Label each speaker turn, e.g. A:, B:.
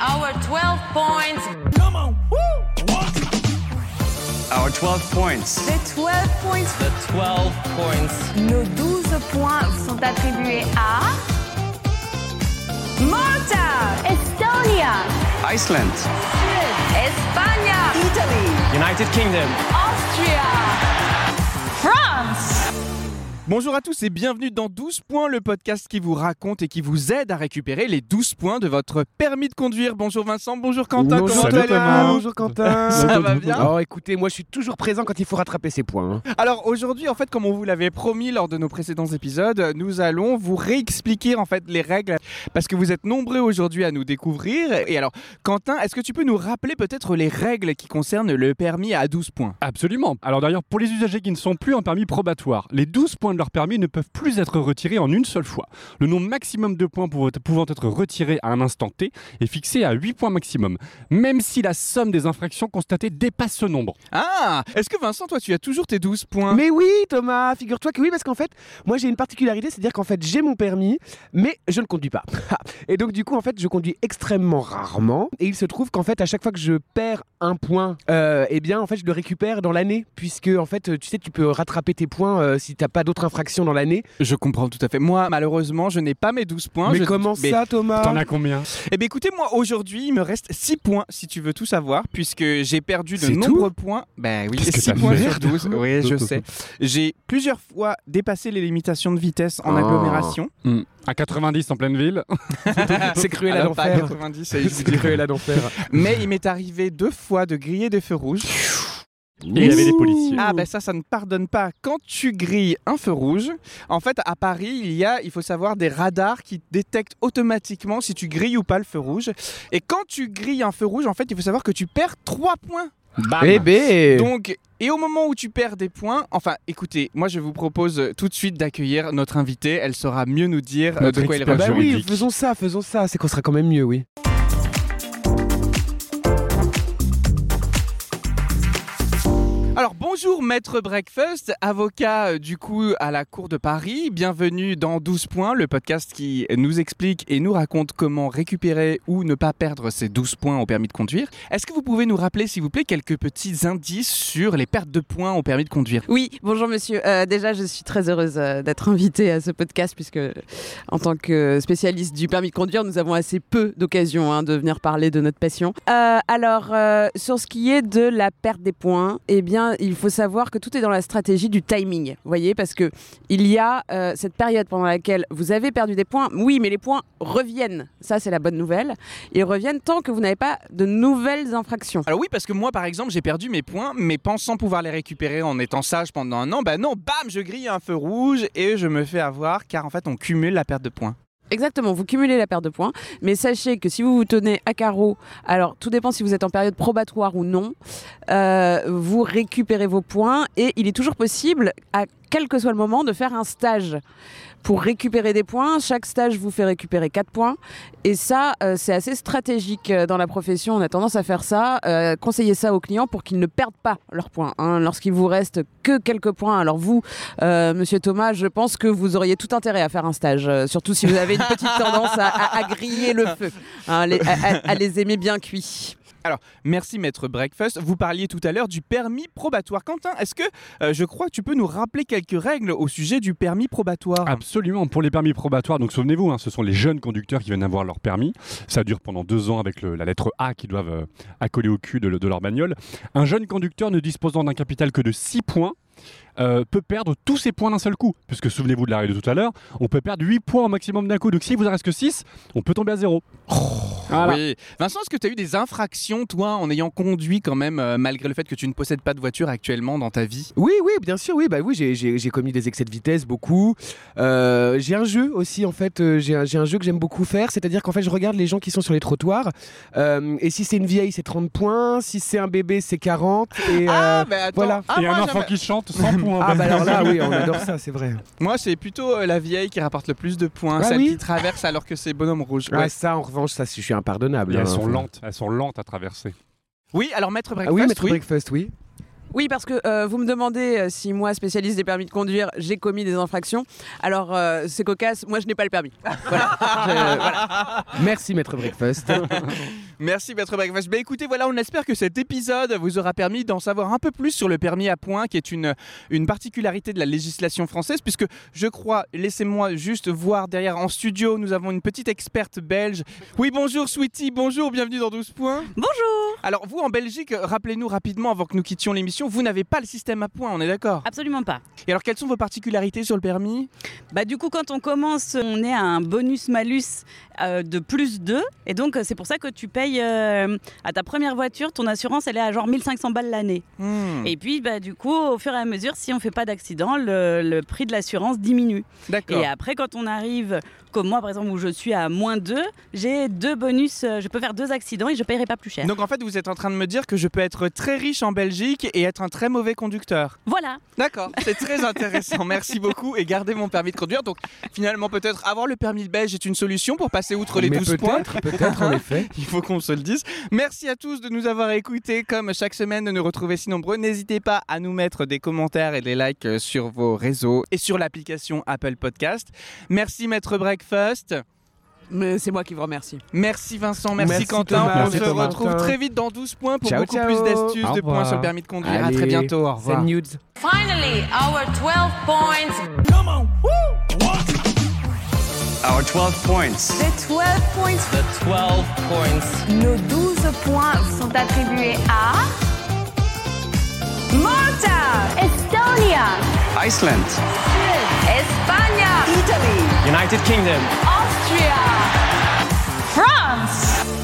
A: our 12 points.
B: Come on, woo! One, two,
C: Our 12 points.
A: The 12 points.
D: The 12 points.
A: Nos 12 points sont attribués à Malta,
E: Estonia,
C: Iceland.
A: Espagne, Italie,
D: United Kingdom.
A: Austria, France.
F: Bonjour à tous et bienvenue dans 12 points, le podcast qui vous raconte et qui vous aide à récupérer les 12 points de votre permis de conduire. Bonjour Vincent, bonjour Quentin,
G: Bonjour
F: comment
G: Thomas.
F: allez-vous
G: Bonjour Quentin.
F: Ça va bien
G: Oh, écoutez, moi je suis toujours présent quand il faut rattraper ses points. hein.
F: Alors aujourd'hui, en fait, comme on vous l'avait promis lors de nos précédents épisodes, nous allons vous réexpliquer en fait les règles parce que vous êtes nombreux aujourd'hui à nous découvrir. Et alors, Quentin, est-ce que tu peux nous rappeler peut-être les règles qui concernent le permis à 12 points
H: Absolument. Alors d'ailleurs, pour les usagers qui ne sont plus en permis probatoire, les 12 points de leur permis ne peuvent plus être retirés en une seule fois. Le nombre maximum de points pour- pouvant être retirés à un instant T est fixé à 8 points maximum, même si la somme des infractions constatées dépasse ce nombre.
F: Ah Est-ce que Vincent, toi, tu as toujours tes 12 points
G: Mais oui, Thomas, figure-toi que oui, parce qu'en fait, moi j'ai une particularité, c'est-à-dire qu'en fait j'ai mon permis, mais je ne conduis pas. et donc du coup, en fait, je conduis extrêmement rarement. Et il se trouve qu'en fait, à chaque fois que je perds un point, euh, eh bien, en fait, je le récupère dans l'année, puisque en fait, tu sais, tu peux rattraper tes points euh, si t'as pas d'autres infractions dans l'année.
F: Je comprends tout à fait. Moi, malheureusement, je n'ai pas mes 12 points.
G: mais
F: Je-
G: comment
F: mais-
G: ça, Thomas
H: T'en as combien
F: Eh bien, écoutez, moi, aujourd'hui, il me reste 6 points, si tu veux tout savoir, puisque j'ai perdu de
H: C'est
F: nombreux points. Ben oui,
H: Qu'est-ce que
F: 6
H: t'as
F: points
H: fait
F: sur 12. Oui, je sais. J'ai plusieurs fois dépassé les limitations de vitesse en
H: Oh.
G: Ah.
F: agglomération.
H: À 90 en pleine ville
G: C'est cruel à
F: Alors, pas à
G: l'enfer.
F: 90, ça
G: C'est
F: existe dire.
G: cruel à l'enfer.
F: Mais il m'est arrivé deux fois de griller des feux rouges.
H: et il y avait des policiers.
F: Ah ben ça, ça ne pardonne pas. Quand tu grilles un feu rouge, en fait à Paris, il y a, il faut savoir, des radars qui détectent automatiquement si tu grilles ou pas le feu rouge. Et quand tu grilles un feu rouge, en fait, il faut savoir que tu perds 3 points.
H: Bam
G: Eh ben
F: Donc, et au moment où tu perds des points, enfin écoutez, moi je vous propose euh, tout de suite d'accueillir notre invitée, elle saura mieux nous dire euh,
H: Notre
F: de quoi il
H: expert
G: Bah
F: revient.
G: oui,
H: juridique.
G: faisons ça, faisons ça, c'est qu'on sera quand même mieux, oui.
F: Alors bonjour maître Breakfast, avocat euh, du coup à la Cour de Paris, bienvenue dans 12 points, le podcast qui nous explique et nous raconte comment récupérer ou ne pas perdre ses 12 points au permis de conduire. Est-ce que vous pouvez nous rappeler s'il vous plaît quelques petits indices sur les pertes de points au permis de conduire
I: Oui, bonjour monsieur. Euh, déjà, je suis très heureuse euh, d'être invitée à ce podcast puisque, en tant que spécialiste du permis de conduire, nous avons assez peu d'occasions hein, de venir parler de notre passion. Euh, alors, euh, sur ce qui est de la perte des points, eh bien, il faut savoir que tout est dans la stratégie du timing. Vous voyez, parce que il y a euh, cette période pendant laquelle vous avez perdu des points. Oui, mais les points reviennent. Ça, c'est la bonne nouvelle. Ils reviennent tant que vous n'avez pas de nouvelles infractions.
F: alors oui, parce que moi par exemple j'ai perdu mes points, mais pensant pouvoir les récupérer en étant sage pendant un an, bah non, bam, je grille un feu rouge et je me fais avoir car en fait on cumule la perte de points.
I: Exactement, vous cumulez la perte de points, mais sachez que si vous vous tenez à carreau, alors tout dépend si vous êtes en période probatoire ou non, euh, vous récupérez vos points et il est toujours possible, à quel que soit le moment, de faire un stage pour récupérer des points. Chaque stage vous fait récupérer 4 points et ça, euh, c'est assez stratégique euh, dans la profession. On a tendance à faire ça, euh, conseiller ça aux clients pour qu'ils ne perdent pas leurs points. hein, Lorsqu'il vous reste que quelques points, alors vous, euh, Monsieur Thomas, je pense que vous auriez tout intérêt à faire un stage, euh, surtout si vous avez une petite tendance à, à- à griller le feu, hein, les- à, à- à les aimer bien cuits.
F: Merci maître Breakfast. Vous parliez tout à l'heure du permis probatoire. Quentin, est-ce que euh, je crois que tu peux nous rappeler quelques règles au sujet du permis probatoire
H: Ah, Absolument. Pour les permis probatoires, donc souvenez-vous, hein, ce sont les jeunes conducteurs qui viennent avoir leur permis. Ça dure pendant deux ans avec le- la lettre A qu'ils doivent euh, accoler au cul de, le- de leur bagnole. Un jeune conducteur ne disposant d'un capital que de 6 points euh, peut perdre tous ses points d'un seul coup. Puisque souvenez-vous de la règle de tout à l'heure, on peut perdre 8 points au maximum d'un coup. Donc s'il vous en reste que 6, on peut tomber à zéro. Voilà.
F: Oui. Vincent, est-ce que tu as eu des infractions, toi, en ayant conduit quand même, euh, malgré le fait que tu ne possèdes pas de voiture actuellement dans ta vie
G: Oui, oui, bien sûr, oui, bah oui, j'ai- j'ai j'ai commis des excès de vitesse beaucoup. Euh, j'ai un jeu aussi, en fait, euh, j'ai un, j'ai un jeu que j'aime beaucoup faire, c'est-à-dire qu'en fait, je regarde les gens qui sont sur les trottoirs, euh, et si c'est une vieille, c'est 30 points, si c'est un bébé, c'est 40, et... euh,
F: bah attends.
G: voilà.
F: Ah,
H: Et
F: moi,
H: un
F: j'avais-
H: enfant qui chante, 100 points.
G: Ah bah alors là, oui, on adore ça, c'est vrai.
F: Moi, c'est plutôt euh, la vieille qui rapporte le plus de points,
G: Ah
F: celle
G: oui Ah
F: qui traverse alors que c'est bonhomme rouge.
G: Ouais,
F: Ouais.
G: ça, en revanche, ça, je suis
H: Et
G: impardonnable. hein,
H: elles sont
G: enfin.
H: lentes, elles sont lentes à traverser.
F: Oui, alors maître
G: Ah
F: Breakfast,
G: oui, Maître
F: oui.
G: Breakfast, oui.
I: Oui, parce que euh, vous me demandez euh, si moi, spécialiste des permis de conduire, j'ai commis des infractions. Alors, euh, c'est cocasse, moi je n'ai pas le permis.
G: Merci, Maître Breakfast.
F: Merci Maître Breakfast. Bah écoutez, voilà, on espère que cet épisode vous aura permis d'en savoir un peu plus sur le permis à points, qui est une, une particularité de la législation française, puisque je crois, laissez-moi juste voir derrière en studio, nous avons une petite experte belge. Oui, bonjour Sweetie, bonjour, bienvenue dans 12 points.
E: Bonjour
F: Alors vous, en Belgique, rappelez-nous rapidement, avant que nous quittions l'émission, vous n'avez pas le système à points, on est d'accord
E: Absolument pas.
F: Et alors, quelles sont vos particularités sur le permis
E: Bah du coup quand on commence, on est à un bonus-malus euh, de plus 2 et donc euh, c'est pour ça que tu payes euh, à ta première voiture, ton assurance elle est à genre 1500 balles l'année.
F: Hmm,
E: Et puis bah du coup au fur et à mesure si on fait pas d'accident, le, le prix de l'assurance diminue.
F: D'accord.
E: Et après quand on arrive, comme moi par exemple où je suis à moins 2, j'ai deux bonus, euh, je peux faire deux accidents et je paierai pas plus cher.
F: Donc en fait, vous êtes en train de me dire que je peux être très riche en Belgique et être un très mauvais conducteur.
E: Voilà,
F: D'accord, c'est très intéressant. Merci beaucoup et gardez mon permis de conduire. Donc finalement peut-être avoir le permis belge est une solution pour passer outre les
G: Mais
F: 12 points.
G: peut-être, peut-être, en effet.
F: Il faut qu'on se le dise. Merci à tous de nous avoir écoutés. Comme chaque semaine, de nous retrouver si nombreux. N'hésitez pas à nous mettre des commentaires et des likes euh, sur vos réseaux et sur l'application Apple Podcast. Merci Maître Breakfast.
I: Mais c'est moi qui vous remercie.
F: Merci Vincent. Merci,
G: Merci
F: Quentin.
G: Thomas.
F: On
G: Merci
F: se
G: Thomas.
F: retrouve très vite dans 12 points pour
G: Ciao,
F: beaucoup
G: ciao.
F: plus d'astuces,
H: Au
F: de points
H: revoir.
F: sur le permis de conduire. à
G: Allez,
F: très bientôt. Au revoir.
G: send nudes.
A: Finally, our 12 points.
B: Come on, woo, walk it.
C: Our 12 points.
A: The 12 points.
D: The 12 points.
A: Nos 12 points sont attribués à Malta, Estonia,
C: Iceland.
A: Espagne, Italie,
D: United Kingdom.
A: Austria, France.